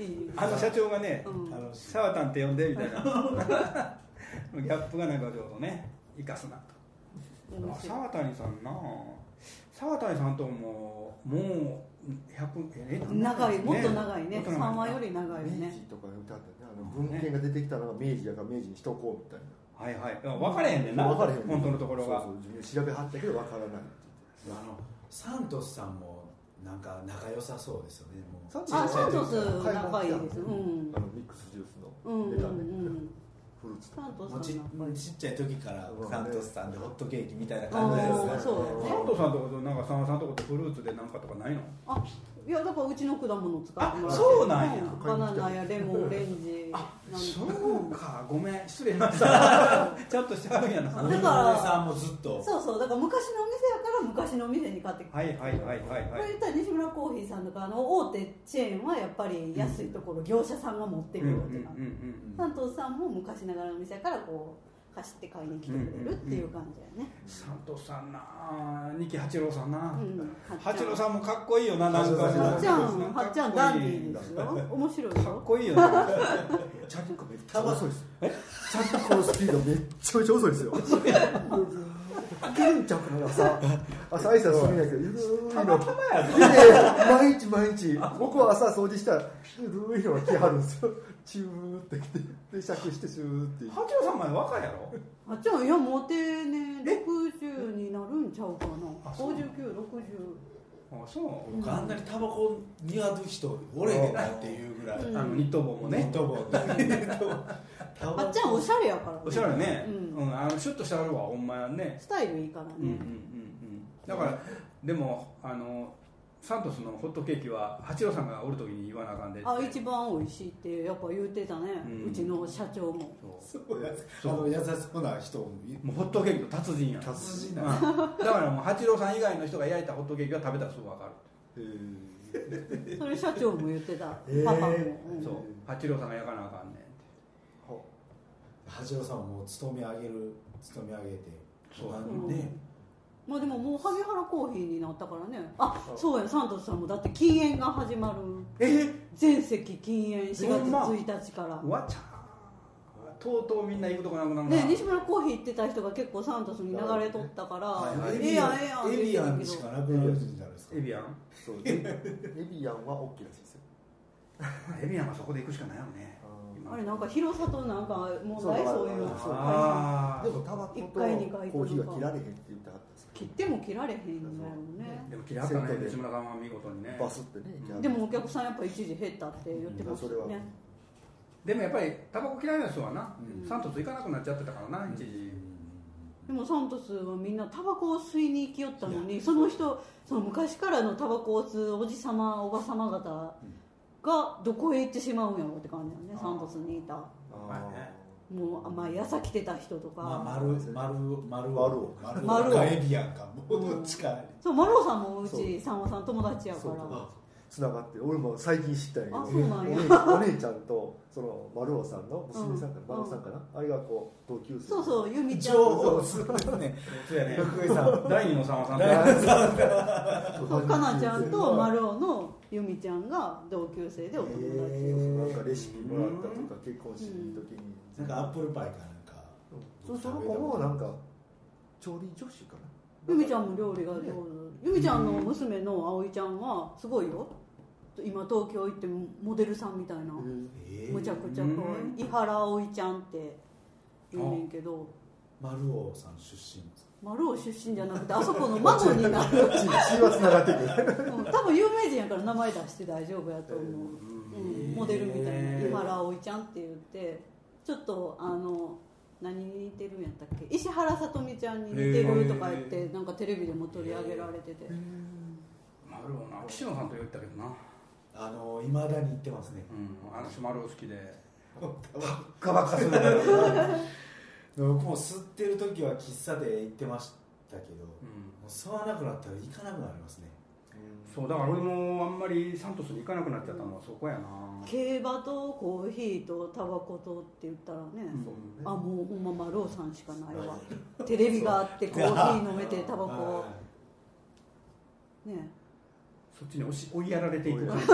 [SPEAKER 4] えいい
[SPEAKER 2] あの社長がね
[SPEAKER 4] う、ん
[SPEAKER 5] 楽しい
[SPEAKER 2] 澤田って呼んでみたいなギャップがなんかちょうどね生かすな
[SPEAKER 4] 面白い
[SPEAKER 2] 沢谷さんな沢谷さんとももう100え
[SPEAKER 4] 長いもっと長い
[SPEAKER 2] も
[SPEAKER 4] ね
[SPEAKER 2] っと長い
[SPEAKER 4] 三話より長いよ
[SPEAKER 3] 明
[SPEAKER 4] ね
[SPEAKER 3] 治とか歌ってねあの文献が出てきたのが明治やから明治にしとこうみたいな
[SPEAKER 2] はいはい分かれへんねんな
[SPEAKER 3] 分かれへん
[SPEAKER 2] 本当のところが
[SPEAKER 3] そうそう自分で調べはったけど分からない
[SPEAKER 5] あのサントスさんもなんか仲良さそうですよねもう
[SPEAKER 3] サント
[SPEAKER 4] あサントス
[SPEAKER 3] 買い
[SPEAKER 4] 仲
[SPEAKER 3] 物
[SPEAKER 4] い
[SPEAKER 3] 来
[SPEAKER 4] い
[SPEAKER 3] た
[SPEAKER 4] ですうん
[SPEAKER 3] あのミックスジュース
[SPEAKER 4] う
[SPEAKER 3] の
[SPEAKER 4] んうん
[SPEAKER 3] ネタ
[SPEAKER 4] う
[SPEAKER 3] ね
[SPEAKER 4] ん
[SPEAKER 3] フルーツと
[SPEAKER 4] サント
[SPEAKER 5] もう
[SPEAKER 4] ス
[SPEAKER 5] ち
[SPEAKER 4] さん
[SPEAKER 5] もうちっちゃい時から
[SPEAKER 3] うん
[SPEAKER 5] サントスさんでホットケーキみたいな
[SPEAKER 4] あ
[SPEAKER 5] 感じですね
[SPEAKER 4] あそうだ
[SPEAKER 2] 佐
[SPEAKER 4] ね
[SPEAKER 2] 藤さんとことなんかさんさんとことフルーツでなんかとかないの
[SPEAKER 4] あいやだからうちの果物使ってもら
[SPEAKER 2] あ
[SPEAKER 4] って
[SPEAKER 2] そうなんや
[SPEAKER 4] バナナやレモンオレンジなん
[SPEAKER 2] そうかごめん失礼しました
[SPEAKER 4] [LAUGHS]
[SPEAKER 2] ちゃんとしてはるんやな
[SPEAKER 5] お
[SPEAKER 2] は
[SPEAKER 5] 嫁
[SPEAKER 4] だから
[SPEAKER 5] さんもずっと
[SPEAKER 4] そうそうだから昔のお店やから昔のお店に買ってくる
[SPEAKER 2] いはいはいはい
[SPEAKER 4] こ
[SPEAKER 2] は
[SPEAKER 4] れ
[SPEAKER 2] い
[SPEAKER 4] 言ったら西村コーヒーさんとかあの大手チェーンはやっぱり安いところ業者さんが持って
[SPEAKER 2] う
[SPEAKER 4] く
[SPEAKER 2] んう
[SPEAKER 4] る
[SPEAKER 2] ん
[SPEAKER 4] とか、
[SPEAKER 2] うん
[SPEAKER 4] 担当さんも昔ながらの店やからこう貸して買いに来てくれるっていう感じやね、
[SPEAKER 2] 佐藤さんな二木八郎さんな
[SPEAKER 4] うん
[SPEAKER 2] 八郎さんもかっこいいよななんか
[SPEAKER 5] 八郎
[SPEAKER 4] はっちゃんはっちゃんダンディー
[SPEAKER 2] か
[SPEAKER 4] ですよ面白い
[SPEAKER 2] っ
[SPEAKER 4] よ
[SPEAKER 2] こいいよな
[SPEAKER 5] チャックめっちゃ
[SPEAKER 3] か遅いですちゃんとこのスピードめっちゃめちゃ遅いですよいけるんちゃうかな朝朝挨拶するんやけどゆるいのいやいや毎日毎日僕は朝掃除したらゆるいのが来はるんですよチューって来てで釈してチューって
[SPEAKER 2] 八郎さん前若いやろ
[SPEAKER 4] はっちゃんいやモテね60になるんちゃうかな
[SPEAKER 2] あそう
[SPEAKER 4] 5960
[SPEAKER 2] あそう
[SPEAKER 5] 僕あんなにタバコ似合う人おれへんなっていうぐらい、
[SPEAKER 4] う
[SPEAKER 2] あ
[SPEAKER 4] ん
[SPEAKER 2] のニット帽もね
[SPEAKER 5] とも
[SPEAKER 4] はっちゃんおしゃれやから、ね、
[SPEAKER 2] おしゃれね
[SPEAKER 4] う
[SPEAKER 2] うんんあのシュッとしてはるわほんまやね
[SPEAKER 4] スタイルいいからね、
[SPEAKER 2] うんうんうんうんだからでもあのサントスのホットケーキは八郎さんがおるときに言わなあかんでって
[SPEAKER 4] あ一番美味しいってやっぱ言うてたね、
[SPEAKER 2] う
[SPEAKER 4] うんちの社長も
[SPEAKER 2] そう
[SPEAKER 5] そうや
[SPEAKER 2] そう
[SPEAKER 5] あの優しそうな人もい
[SPEAKER 2] もうホットケーキの達人や
[SPEAKER 5] 達人
[SPEAKER 2] うん
[SPEAKER 5] なん
[SPEAKER 2] だからもう八郎さん以外の人が焼いたホットケーキは食べたらすぐ分かる、
[SPEAKER 5] へー
[SPEAKER 4] それ社長も
[SPEAKER 2] [LAUGHS]
[SPEAKER 4] 言ってた
[SPEAKER 3] えー
[SPEAKER 4] パパも、うん
[SPEAKER 2] そう八郎さんが焼かなあかんねんって
[SPEAKER 5] 八郎さんももう勤め上げる勤め上げて
[SPEAKER 2] そう
[SPEAKER 5] なんで
[SPEAKER 4] うんまあでももう萩原コーヒーになったからねあそうやサントスさんもだって禁煙が始まる
[SPEAKER 2] え
[SPEAKER 4] 全席禁煙4月
[SPEAKER 2] ほんま
[SPEAKER 4] 1日から、
[SPEAKER 2] わちゃーとうとうみんな行くとこなくなるな
[SPEAKER 4] ね、西村コーヒー行ってた人が結構サントスに流れとったから、
[SPEAKER 5] はいはい
[SPEAKER 4] ええやんええやんって
[SPEAKER 5] エビ
[SPEAKER 4] 言
[SPEAKER 5] ア
[SPEAKER 4] ってた
[SPEAKER 5] ン
[SPEAKER 4] け
[SPEAKER 5] し
[SPEAKER 4] ど
[SPEAKER 5] かなくなるんじゃないですか
[SPEAKER 2] エビアン [LAUGHS]
[SPEAKER 3] そうエビエビアンは大きいらしいですよ
[SPEAKER 2] エビアンはそこで行くしかないよね
[SPEAKER 3] あ
[SPEAKER 4] あれなんか広さとなんか問題
[SPEAKER 3] そう
[SPEAKER 4] そういうの
[SPEAKER 3] そうー
[SPEAKER 2] ああ
[SPEAKER 3] でもタバコと
[SPEAKER 4] 一
[SPEAKER 3] コ
[SPEAKER 4] 回二回
[SPEAKER 3] ーヒーは切られへんって言ってはったんですけ
[SPEAKER 4] 切っても切られへんのやろね
[SPEAKER 2] でも嫌いだったね西村さんは見事にね
[SPEAKER 3] どバスってね切られ
[SPEAKER 4] でもお客さんやっぱ一時減ったって言ってますよね
[SPEAKER 2] でもやっぱりタバコ嫌いな人はな、
[SPEAKER 4] うん
[SPEAKER 2] サントス行かなくなっちゃってたからな、一時
[SPEAKER 4] でもサントスはみんなタバコを吸いに行きよったのにその人その昔からのタバコを吸うおじさまおばさま方がどこへ行ってしまうんやろって感じよね
[SPEAKER 2] あー
[SPEAKER 4] サントスにいた
[SPEAKER 3] あ
[SPEAKER 4] もうあまあ朝来てた人とか、
[SPEAKER 5] まあ、丸丸丸
[SPEAKER 3] 丸
[SPEAKER 5] 丸
[SPEAKER 4] 丸
[SPEAKER 5] かエビアンかもう
[SPEAKER 4] うん
[SPEAKER 5] どっちか
[SPEAKER 4] そうマロさんもう
[SPEAKER 3] そ
[SPEAKER 4] ちさんおさん友達
[SPEAKER 3] ー
[SPEAKER 4] やか
[SPEAKER 3] そう
[SPEAKER 4] ら
[SPEAKER 3] かつながって俺も最近知ったんやけど
[SPEAKER 4] あそうなんや
[SPEAKER 3] お姉お姉ちゃんとその丸尾さんの娘さんか
[SPEAKER 4] うん
[SPEAKER 3] な丸尾さんかなあれがこう同級生
[SPEAKER 4] そうそう由美ちゃ
[SPEAKER 5] 一
[SPEAKER 4] ん
[SPEAKER 5] 応そうですね
[SPEAKER 2] そうやね
[SPEAKER 5] 福井さ
[SPEAKER 2] [LAUGHS]
[SPEAKER 5] ん
[SPEAKER 2] 第二のさんはさん
[SPEAKER 5] 第
[SPEAKER 2] だ
[SPEAKER 4] そうかなちゃんと
[SPEAKER 3] 尾
[SPEAKER 4] 丸尾の由美ちゃんが同級生でお友達
[SPEAKER 3] なんかレシピもらったとか結婚式の時に
[SPEAKER 5] なんかアップルパイかなんか
[SPEAKER 3] そその子もなんか調理助手かな
[SPEAKER 4] 由美ちゃんも料理が上手由美ちゃんの娘の葵ちゃんはすごいよ今東京行ってモデルさんみたいな
[SPEAKER 3] へー
[SPEAKER 5] え
[SPEAKER 4] むちゃくちゃ可愛い伊原葵ちゃんって言うねんけど
[SPEAKER 5] 丸尾さん出身
[SPEAKER 4] 丸尾出身じゃなくてあそこの孫にな [LAUGHS] る
[SPEAKER 3] 血血はつながって
[SPEAKER 4] [LAUGHS]
[SPEAKER 3] くる
[SPEAKER 4] うん多分有名人やから名前出して大丈夫やと思ううんモデルみたいな伊原葵ちゃんって言ってちょっとあの何に似てるんやったっけ石原さとみちゃんに似てるとか言ってなんかテレビでも取り上げられてて
[SPEAKER 2] 丸尾な岸野さんと言ったけどな、
[SPEAKER 5] あのいまだに言ってますね
[SPEAKER 2] うん、あの人丸尾好きで
[SPEAKER 5] ガバカするから僕も吸ってる時は喫茶店行ってましたけど、
[SPEAKER 2] う
[SPEAKER 5] も
[SPEAKER 2] ん
[SPEAKER 5] う吸わなくなったら行かなくなりますね
[SPEAKER 2] そうだから俺もあんまりサントスに行かなくなっちゃったのはそこやな、
[SPEAKER 4] 競馬とコーヒーとタバコとって言ったらね、
[SPEAKER 2] うん
[SPEAKER 4] あもうほんま丸尾さんしかないわテレビがあってコーヒー飲めてタバコ
[SPEAKER 5] はい
[SPEAKER 4] ね
[SPEAKER 2] そっちに押し追いやられていく感じ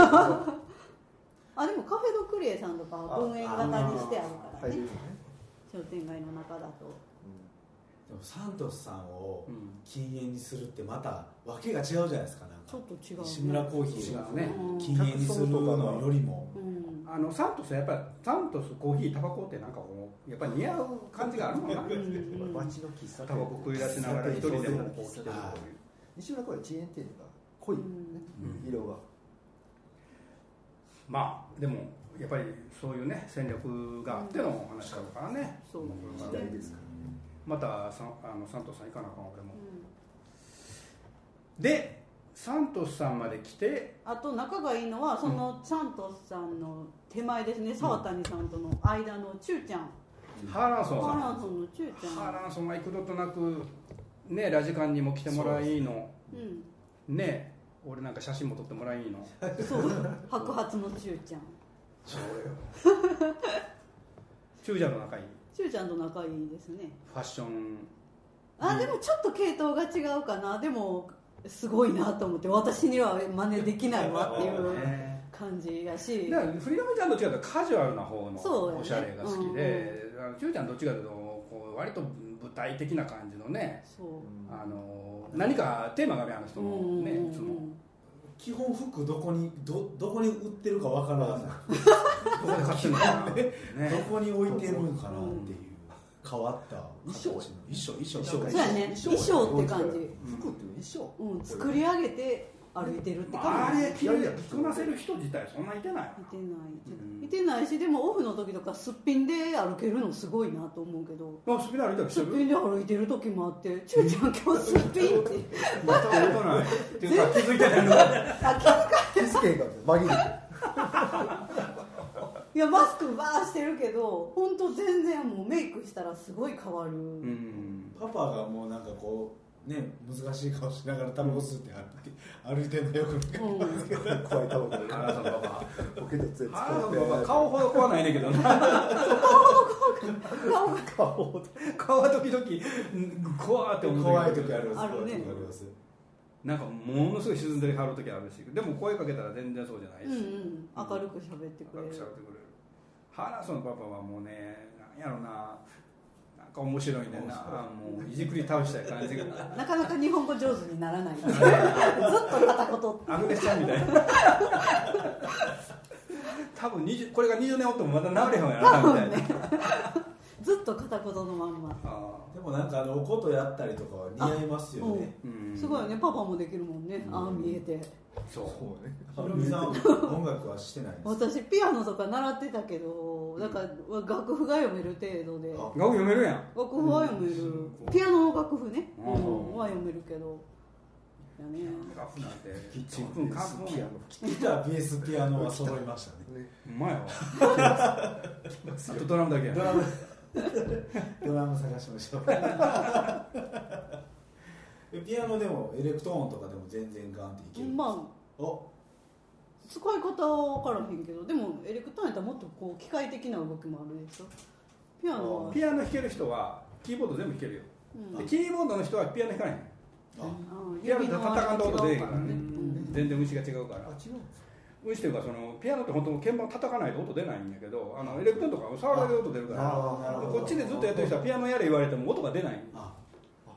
[SPEAKER 4] あでもカフェ・ド・クリエさんとかは分園型にしてあるか
[SPEAKER 3] は
[SPEAKER 4] ら
[SPEAKER 3] い
[SPEAKER 4] ね商店街の中だと
[SPEAKER 5] でもサントスさんを
[SPEAKER 2] [LAUGHS] うん
[SPEAKER 5] 禁煙にするってまた訳が違うじゃないですかなん
[SPEAKER 4] ち
[SPEAKER 5] か
[SPEAKER 4] ょっと違うね
[SPEAKER 5] 西村コーヒーがね
[SPEAKER 4] うん
[SPEAKER 5] 禁煙にするのよりも
[SPEAKER 4] うん
[SPEAKER 2] あのサントスはやっぱりサントスコーヒータバコってなんかこうやっぱり似合う感じがあるもんな
[SPEAKER 4] うんうん
[SPEAKER 3] 街の喫茶
[SPEAKER 2] タ
[SPEAKER 3] 店
[SPEAKER 2] バコ食い出しながら一人でもこう来てるという
[SPEAKER 3] 西村公園は遅延っていうのが濃いよね、
[SPEAKER 2] うん
[SPEAKER 3] 色が
[SPEAKER 2] まあでもやっぱりそういうね戦略があっての話だからね、
[SPEAKER 4] そうです
[SPEAKER 3] 時
[SPEAKER 4] ね
[SPEAKER 3] 代ですから、
[SPEAKER 2] またサンあのサントスさん行かなあかん俺もでサントスさんまで来て
[SPEAKER 4] あと仲がいいのはそのサントスさんの手前ですね沢谷さんとの間のチューちゃん
[SPEAKER 2] ハーランソンさん
[SPEAKER 4] ハランソンのチューちゃ
[SPEAKER 2] ハ
[SPEAKER 4] ん
[SPEAKER 2] ーランソンが幾度となくねラジカンにも来てもらいの
[SPEAKER 4] うん
[SPEAKER 2] ね俺なんか写真も撮ってもらいの
[SPEAKER 4] そう白髪のチューちゃん
[SPEAKER 2] そうよ中者の仲いい
[SPEAKER 4] チューちゃんと仲いいですね
[SPEAKER 2] ファッション
[SPEAKER 4] あでもちょっと系統が違うかなでもすごいなと思って私には真似できな
[SPEAKER 2] [LAUGHS]
[SPEAKER 4] いわっていう
[SPEAKER 2] ね
[SPEAKER 4] 感じやし
[SPEAKER 2] だからフリーダムちゃんと違ってカジュアルな方
[SPEAKER 4] そうよ
[SPEAKER 2] の
[SPEAKER 4] ね
[SPEAKER 2] おしゃれが好きで、あの中ちゃんどっちかというとこう割と舞台的な感じのね、
[SPEAKER 4] そう
[SPEAKER 2] あの何かテーマがねあの人のねいつも
[SPEAKER 5] 基本服どこにどどこに売ってるかわからない
[SPEAKER 2] どこで買ってん [LAUGHS] のかな、ね、
[SPEAKER 5] [LAUGHS] どこに置いてるんかなっていう変わった
[SPEAKER 3] 衣装
[SPEAKER 5] 形の衣装衣装
[SPEAKER 3] なんか
[SPEAKER 4] そうやね衣装っ
[SPEAKER 3] 服ってい
[SPEAKER 4] て感じ
[SPEAKER 3] うのは衣装、
[SPEAKER 4] うん、作り上げて歩いてるって
[SPEAKER 2] あ
[SPEAKER 4] 感じ
[SPEAKER 2] れ着る着こなせる人自体そんないてない
[SPEAKER 4] 見てない
[SPEAKER 2] うん
[SPEAKER 4] 見てないしでもオフの時とかすっぴんで歩けるのすごいなと思うけど
[SPEAKER 2] あスピナー歩いたりし
[SPEAKER 4] す
[SPEAKER 2] て
[SPEAKER 4] っ
[SPEAKER 2] る
[SPEAKER 4] ぴんで歩いてる時もあって「ちゅうちゃん今日すっぴん」って
[SPEAKER 2] 見たことないっていうか気づいてないのが [LAUGHS]
[SPEAKER 3] 気づけへんかった紛れて
[SPEAKER 4] いやマスクバーしてるけど本当全然もうメイクしたらすごい変わる、
[SPEAKER 2] うん
[SPEAKER 5] パパがもうなんかこうね難しい顔しながらタバコ吸って歩いて歩 [LAUGHS] いてるのよく見る
[SPEAKER 3] 怖いタバコで
[SPEAKER 2] 原田さんパパ
[SPEAKER 3] ポケットつ
[SPEAKER 2] 原
[SPEAKER 3] 使
[SPEAKER 2] 田
[SPEAKER 3] っ
[SPEAKER 2] さ
[SPEAKER 3] て
[SPEAKER 2] んパパ顔ほど怖ないねんけどな
[SPEAKER 4] 顔が
[SPEAKER 2] 顔顔は時々うん怖って思う
[SPEAKER 5] 怖い時あります
[SPEAKER 4] あるね
[SPEAKER 5] 怖い時あります
[SPEAKER 2] なんかものすごい沈んではる時あるしでも声かけたら全然そうじゃな
[SPEAKER 4] う
[SPEAKER 2] い
[SPEAKER 4] んう
[SPEAKER 2] し、
[SPEAKER 4] ん明るく喋ってく
[SPEAKER 2] 明
[SPEAKER 4] れ
[SPEAKER 2] るくしゃ
[SPEAKER 4] る
[SPEAKER 2] ってくれる原田さんのパパはもうねなんやろななんか面白いねんなもういじくり倒したい感じが
[SPEAKER 4] なかなか日本語上手にならない [LAUGHS] ずっと片言って
[SPEAKER 2] [LAUGHS] アグレッションみたいな [LAUGHS] 多分20これが20年おってもまだ治れへんわやなみたいな、
[SPEAKER 4] [LAUGHS] ずっと片言のまんま
[SPEAKER 2] あ
[SPEAKER 5] でもなんかあのおことやったりとかは似合いますよね
[SPEAKER 2] ーうん
[SPEAKER 4] うんすごいよねパパもできるもんねああ見えて
[SPEAKER 2] そう
[SPEAKER 3] そうね
[SPEAKER 5] ひろみさん音楽はしてないんですか
[SPEAKER 4] 私ピアノとか習ってたけどだから楽譜が読める程度で
[SPEAKER 5] あ
[SPEAKER 2] 学読めるやん
[SPEAKER 4] 楽譜は読め
[SPEAKER 5] う
[SPEAKER 4] る
[SPEAKER 5] ん
[SPEAKER 4] ピアノの楽譜ね、
[SPEAKER 2] うん
[SPEAKER 4] うん、は読めるけどやね
[SPEAKER 2] ラフなんて
[SPEAKER 3] キッチン
[SPEAKER 2] 10分完
[SPEAKER 3] ピアノ
[SPEAKER 5] ギターベースピアノは揃いました
[SPEAKER 3] [LAUGHS]
[SPEAKER 5] ね
[SPEAKER 3] ね
[SPEAKER 2] うまい [LAUGHS] わあとドラムだけや
[SPEAKER 5] ドラムドラム探しましょうえピアノでもエレクトーンとかでも全然ガンっていけるんですか
[SPEAKER 4] まあ
[SPEAKER 5] お
[SPEAKER 4] 使い方は分からへんけどでもエレクトーンやったらもっとこう機械的な動きもあるでしょピアノは
[SPEAKER 2] ピアノ弾ける人はキーボード全部弾けるよ
[SPEAKER 4] う
[SPEAKER 2] で
[SPEAKER 4] ん
[SPEAKER 2] キーボードの人はピアノ弾かない
[SPEAKER 5] あ
[SPEAKER 4] うん
[SPEAKER 2] ピアノと叩かんと音出えへんからね
[SPEAKER 4] うん
[SPEAKER 2] 全然虫が違うか
[SPEAKER 3] あ
[SPEAKER 2] ら
[SPEAKER 3] 違うん
[SPEAKER 2] 虫っていうかそのピアノって本当鍵盤叩かないと音出ないんやけどあのエレクトーンとか触るだけで音出るか
[SPEAKER 5] なる
[SPEAKER 2] ら
[SPEAKER 5] ほどなるほど
[SPEAKER 2] こっちでずっとやってる人はピアノやれ言われても音が出ない
[SPEAKER 5] あ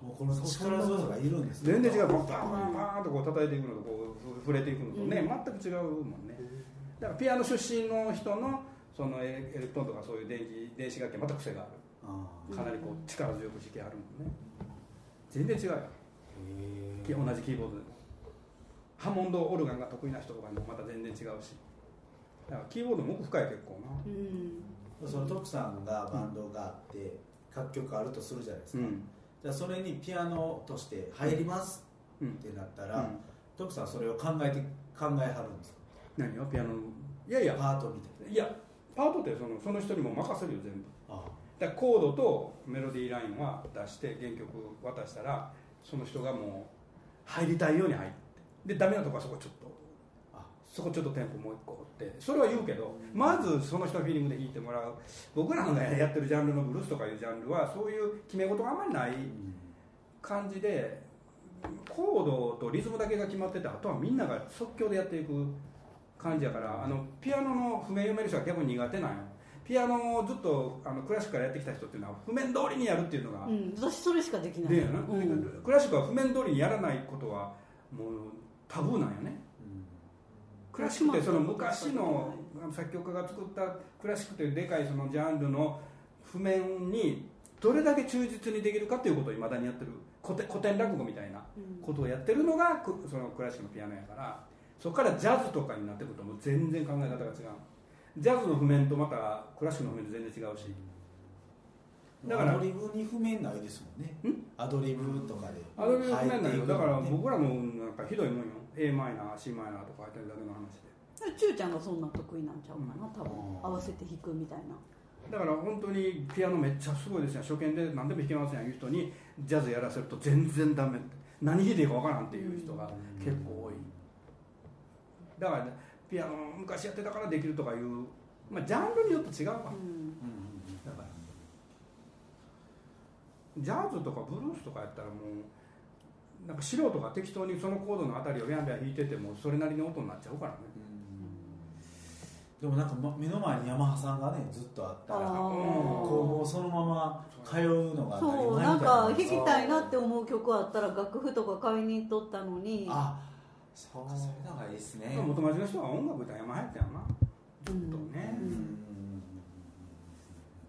[SPEAKER 5] もうこの力強さがいるんですね
[SPEAKER 2] 全然違うバンバンバンバンとこう叩いていくのとこう触れていくのとね
[SPEAKER 4] う
[SPEAKER 2] 全
[SPEAKER 4] ん
[SPEAKER 2] く違うもんねだからピアノ出身の人のそのエレクトーンとかそういう電気電子楽器はまた癖があ
[SPEAKER 5] あ
[SPEAKER 2] るかなりこう力強く弾きあるもんね全然違うよ
[SPEAKER 5] ー
[SPEAKER 2] き
[SPEAKER 5] へ
[SPEAKER 2] 同じキーボードでもハモンドオルガンが得意な人とかにもまた全然違うしだからキーボードも奥深い結構な
[SPEAKER 4] うん
[SPEAKER 5] えその徳さんがバンドがあって各曲あるとするじゃないです
[SPEAKER 2] う
[SPEAKER 5] か、
[SPEAKER 2] ん
[SPEAKER 5] じゃあそれにピアノとして入ります
[SPEAKER 2] うん
[SPEAKER 5] ってなった
[SPEAKER 2] だ
[SPEAKER 5] ら、徳さんはそれを考えて考えはるんですか
[SPEAKER 2] 何をピアノのいやい
[SPEAKER 5] パ
[SPEAKER 2] や
[SPEAKER 5] ートみたいない
[SPEAKER 2] やパートってそのその人にも任せるよ全部
[SPEAKER 5] あ
[SPEAKER 2] だからコードとメロディーラインは出して原曲渡したらその人がもう入りたいように入ってでダメなとこはそこちょっと
[SPEAKER 5] あ
[SPEAKER 2] そこちょっとテンポもう一個ってそれは言うけどまずその人のフィーリングで弾いてもらう僕らがやってるジャンルのブルースとかいうジャンルはそういう決め事があんまりない感じでコードとリズムだけが決まっててあとはみんなが即興でやっていく感じやからあのピアノの譜面読める人は逆に苦手なんよピアノをずっとあのクラシックからやってきた人っていうのは譜面通りにやるっていうのが、
[SPEAKER 4] うん、私それしかできない
[SPEAKER 2] でやな
[SPEAKER 4] うん
[SPEAKER 2] クラシックは譜面通りにやらないことはもうタブーなんよねクラシックってその昔の作曲家が作ったクラシックというでかいそのジャンルの譜面にどれだけ忠実にできるかということをいまだにやってる古典古典落語みたいな
[SPEAKER 4] うん
[SPEAKER 2] ことをやってるのがくそのクラシックのピアノやからそこからジャズとかになってくるともう全然考え方が違うジャズの譜面とまたクラシックの譜面と全然違うし
[SPEAKER 5] うん
[SPEAKER 2] だから
[SPEAKER 5] アドリブに譜面ないですもんねアドリブとかで
[SPEAKER 2] アドリブ譜面
[SPEAKER 5] 入っ
[SPEAKER 2] な
[SPEAKER 5] て
[SPEAKER 2] ん
[SPEAKER 5] い
[SPEAKER 2] よ
[SPEAKER 5] く
[SPEAKER 2] だから
[SPEAKER 5] ね
[SPEAKER 2] 僕らもなんかひどいもんよ a マイナー c マイナーとか入ってるだけの話で
[SPEAKER 4] ちゅうちゃんがそんなん得意なんちゃうかな多分
[SPEAKER 5] うん
[SPEAKER 4] 合わせて弾くみたいな
[SPEAKER 2] だから本当にピアノめっちゃすごいですね初見で何でも弾けますやんいう人にジャズやらせると全然ダメ何弾いていいかわからんっていう人が結構多いだから、ね、ピアノ昔やってたからできるとかいう、まあ、ジャンルによって違うわ
[SPEAKER 4] うん
[SPEAKER 5] うんうんうんだから
[SPEAKER 2] ジャズとかブルースとかやったらもうなんか素人が適当にそのコードのあたりをビャンビャン弾いててもそれなりの音になっちゃうからね
[SPEAKER 5] でもなんかま目の前にヤマハさんがねずっとあったら
[SPEAKER 4] あー
[SPEAKER 5] こうもうそのまま通うのが当たり
[SPEAKER 4] そう
[SPEAKER 5] 前
[SPEAKER 4] なん
[SPEAKER 5] み
[SPEAKER 4] か
[SPEAKER 5] たい
[SPEAKER 4] 弾きたいなって思う曲あったら楽譜とか買いに行っとったのに
[SPEAKER 5] あそうかそれだからいいですね
[SPEAKER 2] 元町の人は音楽で山流行ったよなずっとね、
[SPEAKER 5] うん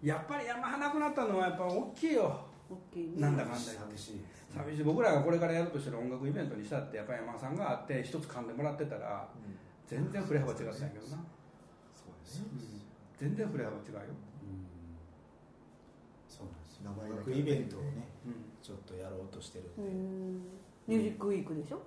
[SPEAKER 2] やっぱり山なくなったのはやっぱ大きいよ
[SPEAKER 4] 大きいね
[SPEAKER 2] なんだかんだ
[SPEAKER 5] 寂しいです
[SPEAKER 2] 寂しい僕らがこれからやるとしてる音楽イベントにしたってやっぱり山田さんがあって一つ噛んでもらってたら全然振れ幅違ったんやけどな
[SPEAKER 3] そうですね
[SPEAKER 2] 全然振れ幅違うよ、
[SPEAKER 5] そうなんです
[SPEAKER 3] 名
[SPEAKER 5] よ
[SPEAKER 3] 前
[SPEAKER 5] 音
[SPEAKER 3] だけ
[SPEAKER 5] 楽イベントをね
[SPEAKER 2] うん
[SPEAKER 5] ちょっとやろうとしてる
[SPEAKER 4] うんんミ
[SPEAKER 5] で
[SPEAKER 4] ュージックウィークでしょ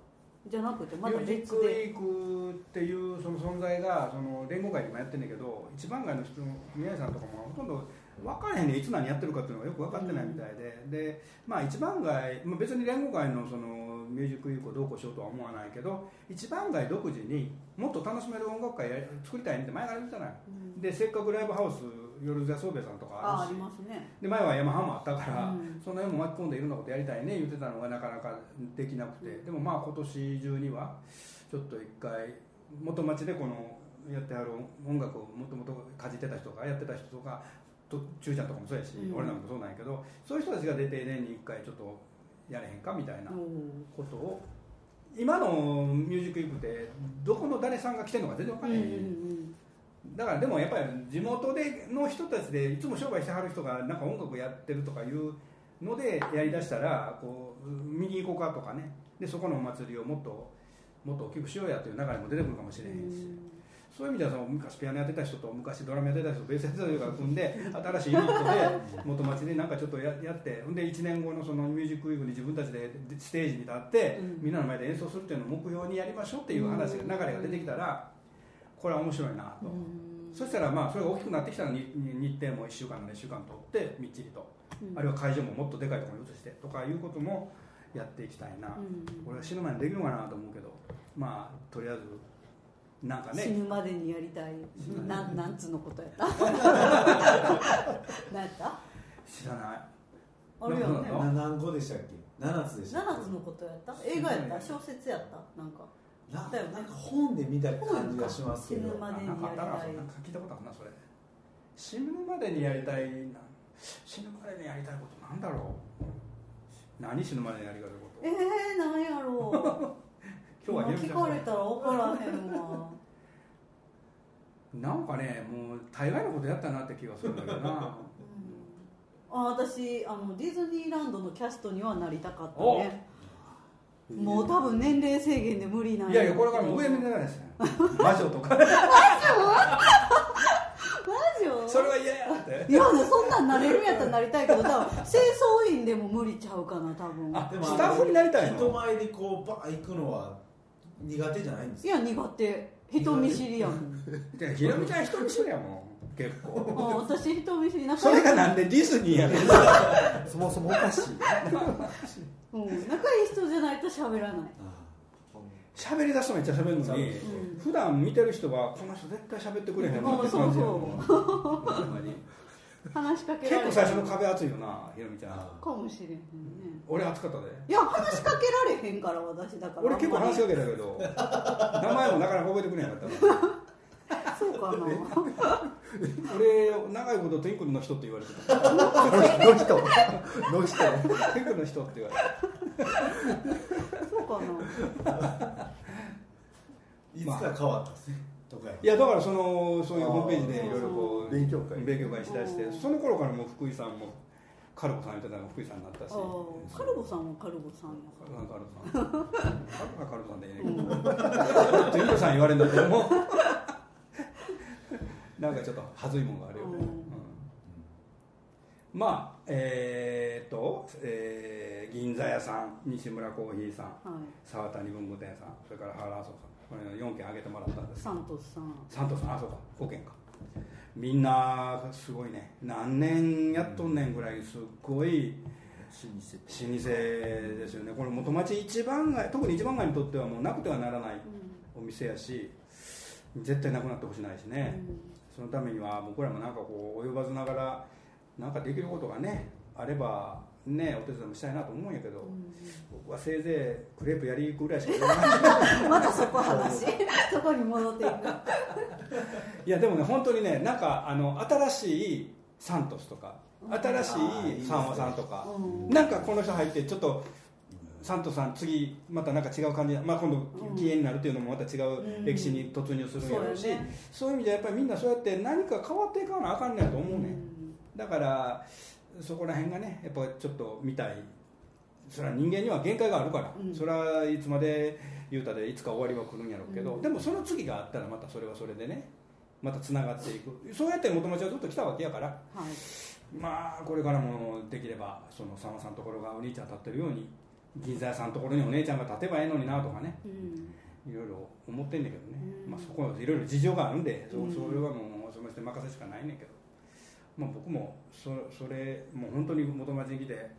[SPEAKER 4] じゃなくてま
[SPEAKER 2] ミ
[SPEAKER 4] だ
[SPEAKER 2] ュージッ
[SPEAKER 4] 別
[SPEAKER 2] クウ
[SPEAKER 4] で
[SPEAKER 2] ィークっていうその存在がその連合会にもやってんだけど一番街の人宮根さんとかもほとんど分からへんねいつ何やってるかっていうのがよく分かってないみたいで、でまあ一番街、まあ、別に連合会のそのミュージックウィークをどうこうしようとは思わないけど一番街独自にもっと楽しめる音楽会や作りたいねって前から言ってたのよ
[SPEAKER 4] うん
[SPEAKER 2] でせっかくライブハウス夜座宗兵衛さんとか
[SPEAKER 4] あ
[SPEAKER 2] あ
[SPEAKER 4] あ
[SPEAKER 2] る
[SPEAKER 4] り
[SPEAKER 2] し
[SPEAKER 4] ますね
[SPEAKER 2] で前はヤマハもあったから、
[SPEAKER 4] うん
[SPEAKER 2] その辺も巻き込んでいろんなことやりたいね言ってたのがなかなかできなくて、
[SPEAKER 4] うん
[SPEAKER 2] でもまあ今年中にはちょっと一回元町でこのやってはる音楽をもともとかじってた人とかやってた人とかとちゅうちゃんとかもそうやし、
[SPEAKER 4] うん
[SPEAKER 2] 俺なんかもそうなんやけどそういう人たちが出て年に一回ちょっとやれへんかみたいな
[SPEAKER 4] うん
[SPEAKER 2] ことを今のミュージックイブってどこの誰さんが来てるのか全然わか
[SPEAKER 4] うんんう
[SPEAKER 2] なんい、
[SPEAKER 4] うん
[SPEAKER 2] だからでもやっぱり地元での人たちでいつも商売してはる人がなんか音楽やってるとかいうのでやりだしたらこう見に行こうかとかねでそこのお祭りをもっともっと大きくしようやという流れも出てくるかもしれへんし、そういう意味ではその昔ピアノやってた人と昔ドラムやってた人とベースやってた人が組んで新しいユニットで元町でなんかちょっとややってほんで1年後のそのミュージックウィークに自分たちでステージに立って、
[SPEAKER 4] うん
[SPEAKER 2] みんなの前で演奏するっていうのを目標にやりましょうっていう話が流れが出てきたらこれは面白いなと。
[SPEAKER 4] うん
[SPEAKER 2] そしたらまあそれが大きくなってきたらにに日程も1週間の2週間取ってみっちりと、
[SPEAKER 4] うん
[SPEAKER 2] あるいは会場ももっとでかいところに移してとかいうこともやっていきたいな、
[SPEAKER 4] うん
[SPEAKER 2] 俺が死ぬ前にできるのかなと思うけどまあとりあえずなんか
[SPEAKER 4] 死
[SPEAKER 2] ね
[SPEAKER 4] ぬまでにやりたいなんなんつうのことやった
[SPEAKER 2] [LAUGHS]
[SPEAKER 4] 何やった
[SPEAKER 2] 知らない
[SPEAKER 4] あるよ
[SPEAKER 2] なん
[SPEAKER 4] ね
[SPEAKER 2] だろう
[SPEAKER 5] 何語でしたっけ七つでしたっけ
[SPEAKER 4] 7つのことやった映画やった小説やったなんか
[SPEAKER 5] な
[SPEAKER 4] だよね
[SPEAKER 5] なんか本で見た感じがしますけ
[SPEAKER 4] 本
[SPEAKER 5] ど
[SPEAKER 4] かまでに
[SPEAKER 2] なんかあったな
[SPEAKER 4] や
[SPEAKER 2] そ
[SPEAKER 4] り
[SPEAKER 2] ん
[SPEAKER 4] た
[SPEAKER 2] な
[SPEAKER 4] い
[SPEAKER 2] んか聞いたことあるなそれ死ぬまでにやりたいな死ぬまでにやりたいことなんだろう何死ぬまでにやりたいこと
[SPEAKER 4] えー、なんやろう
[SPEAKER 2] 今日はゆうち
[SPEAKER 4] 聞
[SPEAKER 2] ゃん
[SPEAKER 4] か
[SPEAKER 2] が
[SPEAKER 4] れたら分からへんわ
[SPEAKER 2] なんかねもう大概のことやったなって気がするんだけどな
[SPEAKER 4] あ私あのディズニーランドのキャストにはなりたかった
[SPEAKER 2] お
[SPEAKER 4] ねもう多分年齢制限で無理なん
[SPEAKER 2] いやいや、これからもう上目
[SPEAKER 4] ラ
[SPEAKER 2] 狙いですね。魔女とか。
[SPEAKER 4] ジオ
[SPEAKER 2] それは嫌やって。
[SPEAKER 4] いやそんなんなれるんやったらなりたいけど多
[SPEAKER 2] [LAUGHS]
[SPEAKER 4] 分清掃員でも無理ちゃうかな多分
[SPEAKER 2] あ
[SPEAKER 5] でも
[SPEAKER 2] スタッフになりたいの
[SPEAKER 5] 人前でこうバー行くのは苦手じゃないんです
[SPEAKER 4] いや苦手人見知りやもん
[SPEAKER 2] いや、ひろみちゃん人見知りやもん。結
[SPEAKER 4] あ
[SPEAKER 2] 構。
[SPEAKER 4] 私人見知りな
[SPEAKER 2] そ
[SPEAKER 4] 仲
[SPEAKER 2] れ
[SPEAKER 4] いい
[SPEAKER 2] がなんでディズニーやねん。
[SPEAKER 3] そもそもおかしい
[SPEAKER 4] うん、仲いい人じゃないと喋らない
[SPEAKER 5] あ
[SPEAKER 2] 喋り出すとめっちゃ喋るのに
[SPEAKER 4] うん、
[SPEAKER 2] 普段見てる人は、この人絶対喋ってくれへんなって感じやもん。ほんまに
[SPEAKER 4] 話しかけら
[SPEAKER 2] 結
[SPEAKER 4] れ
[SPEAKER 2] 構最初の壁厚いよな、ひろみちゃん。
[SPEAKER 5] あ
[SPEAKER 4] かもしれへんね
[SPEAKER 2] 俺熱かったで。
[SPEAKER 4] いや話しかけられへんから私だから
[SPEAKER 2] 俺結構話しかけたけど、名前もなかなか覚えてくれへんかったから。
[SPEAKER 4] そうかな
[SPEAKER 2] 俺、長いことトゥインクルの人って言われてた。
[SPEAKER 3] の人の人
[SPEAKER 2] トゥインクルの人って言われてた。
[SPEAKER 4] そうかない
[SPEAKER 5] つか変わったんですね徳山
[SPEAKER 2] いやだからそのそういうホームページでいろいろこう
[SPEAKER 3] 勉強会
[SPEAKER 2] 勉強会しだして
[SPEAKER 4] うん
[SPEAKER 2] その頃からもう福井さんもカルボさん言ってたのが福井さんになったし
[SPEAKER 4] あーカルボさんはカルボさんや
[SPEAKER 2] カル
[SPEAKER 4] から
[SPEAKER 2] ボさんカルボさんカルボはカルボさんでいいねんけどトゥインクルさん言われるんだけどもなんかちょっとはずいもんがあるよね、
[SPEAKER 4] うん
[SPEAKER 2] うんまあえーっと、えー銀座屋さん西村コーヒーさん
[SPEAKER 4] はい
[SPEAKER 2] 沢谷文具店さんそれから原麻生さんこれ4件挙げてもらったんですけど
[SPEAKER 4] サントスさん
[SPEAKER 2] サントスあそうか5件かみんなすごいね何年やっとんねんぐらいすっごい老舗ですよねこれ元町一番街特に一番街にとってはもうなくてはならない
[SPEAKER 4] うん
[SPEAKER 2] お店やし絶対なくなってほしないしね、そのためには僕らもなんかこう及ばずながらなんかできることがねあればねお手伝いもしたいなと思うんやけど、
[SPEAKER 4] う
[SPEAKER 2] 僕はせいぜいクレープやり行くぐらいしかやらない
[SPEAKER 4] んまたそこ話そこに戻っていく
[SPEAKER 2] いやでもね本当にねなんかあの新しいサントスとか新しいサンワさんとか、
[SPEAKER 4] うん
[SPEAKER 2] なんかこの人入ってちょっとサントスさん次またなんか違う感じ、まあ、今
[SPEAKER 4] うん
[SPEAKER 2] 度禁煙になるっていうのもまた違
[SPEAKER 4] うん
[SPEAKER 2] う歴史に突入するんやろうし、
[SPEAKER 4] そうやね
[SPEAKER 2] そういう意味でやっぱりみんなそうやって何か変わっていかなあかんねやと思うね、
[SPEAKER 4] うん
[SPEAKER 2] だからそこら辺がねやっぱちょっと見たいそれは人間には限界があるから、
[SPEAKER 4] うん
[SPEAKER 2] それはいつまで言うたでいつか終わりは来るんやろうけど、
[SPEAKER 4] うん
[SPEAKER 2] でもその次があったらまたそれはそれでねまたつながっていくそうやって元町はずっと来たわけやから
[SPEAKER 4] はい
[SPEAKER 2] まあこれからもできればそのさんまさんのところがお兄ちゃん立ってるように銀座屋さんのところにお姉ちゃんが立てばええのになとかね
[SPEAKER 4] うん
[SPEAKER 2] いろいろ思ってんだけどね、
[SPEAKER 4] うん
[SPEAKER 2] まあ、そこはいろいろ事情があるんでそ
[SPEAKER 4] うん
[SPEAKER 2] それはもうその人に任せしかないねんけど、まあ、僕もそそれもう本当に元町に来て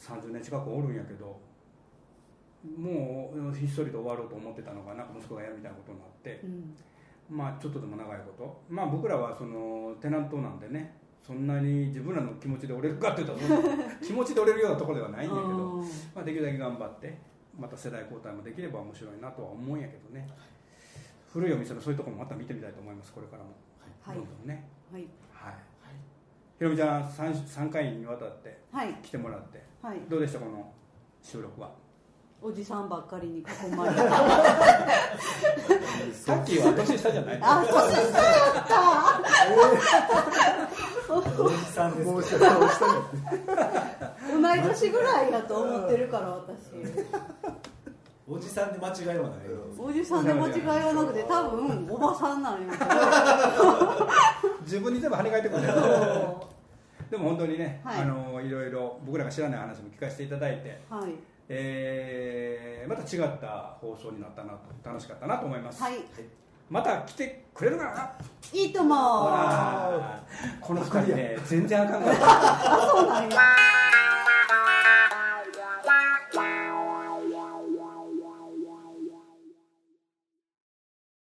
[SPEAKER 2] 30年近くおるんやけどもうひっそりと終わろうと思ってたのがなんか息子がやるみたいなことになって、
[SPEAKER 4] うん
[SPEAKER 2] まあ、ちょっとでも長いこと、まあ、僕らはそのテナントなんでねそんなに自分らの気持ちで折れるかっていうとそんな気持ちで折れるようなところではないんだけど。
[SPEAKER 4] うん
[SPEAKER 2] まあ、できるだけ頑張ってまた世代交代もできれば面白いなとは思うんやけどね古いお店のそういうところもまた見てみたいと思いますこれからも、
[SPEAKER 4] はい
[SPEAKER 2] どんどんね
[SPEAKER 4] はい
[SPEAKER 2] はい、ひろみちゃん 3, 三回にわたって
[SPEAKER 4] はい
[SPEAKER 2] 来てもらって
[SPEAKER 4] はい
[SPEAKER 2] どうでしたこの収録は
[SPEAKER 4] おじさんばっかりに囲まれた
[SPEAKER 2] さっきは年下じゃない
[SPEAKER 4] あ年下やっ
[SPEAKER 5] おじさんです
[SPEAKER 3] も
[SPEAKER 5] け
[SPEAKER 3] う
[SPEAKER 5] ど
[SPEAKER 3] 下もう下に
[SPEAKER 4] た同い年ぐらいやと思ってるから私
[SPEAKER 5] おじさんで間違いはないよ
[SPEAKER 4] おじさんで間違いはなくて多分おばさんなんやけど
[SPEAKER 2] 自分に全部跳ね返ってくるん
[SPEAKER 4] [LAUGHS]
[SPEAKER 2] だけどでも本当にね、
[SPEAKER 4] はい
[SPEAKER 2] あのいろいろ僕らが知らない話も聞かせていただいて、
[SPEAKER 4] はい
[SPEAKER 2] えーまた違った放送になったなと楽しかったなと思います、
[SPEAKER 4] はい
[SPEAKER 2] また来てくれるかない
[SPEAKER 4] いと思う
[SPEAKER 2] ほらこの二人ね全然あかんかった
[SPEAKER 4] あそうなんや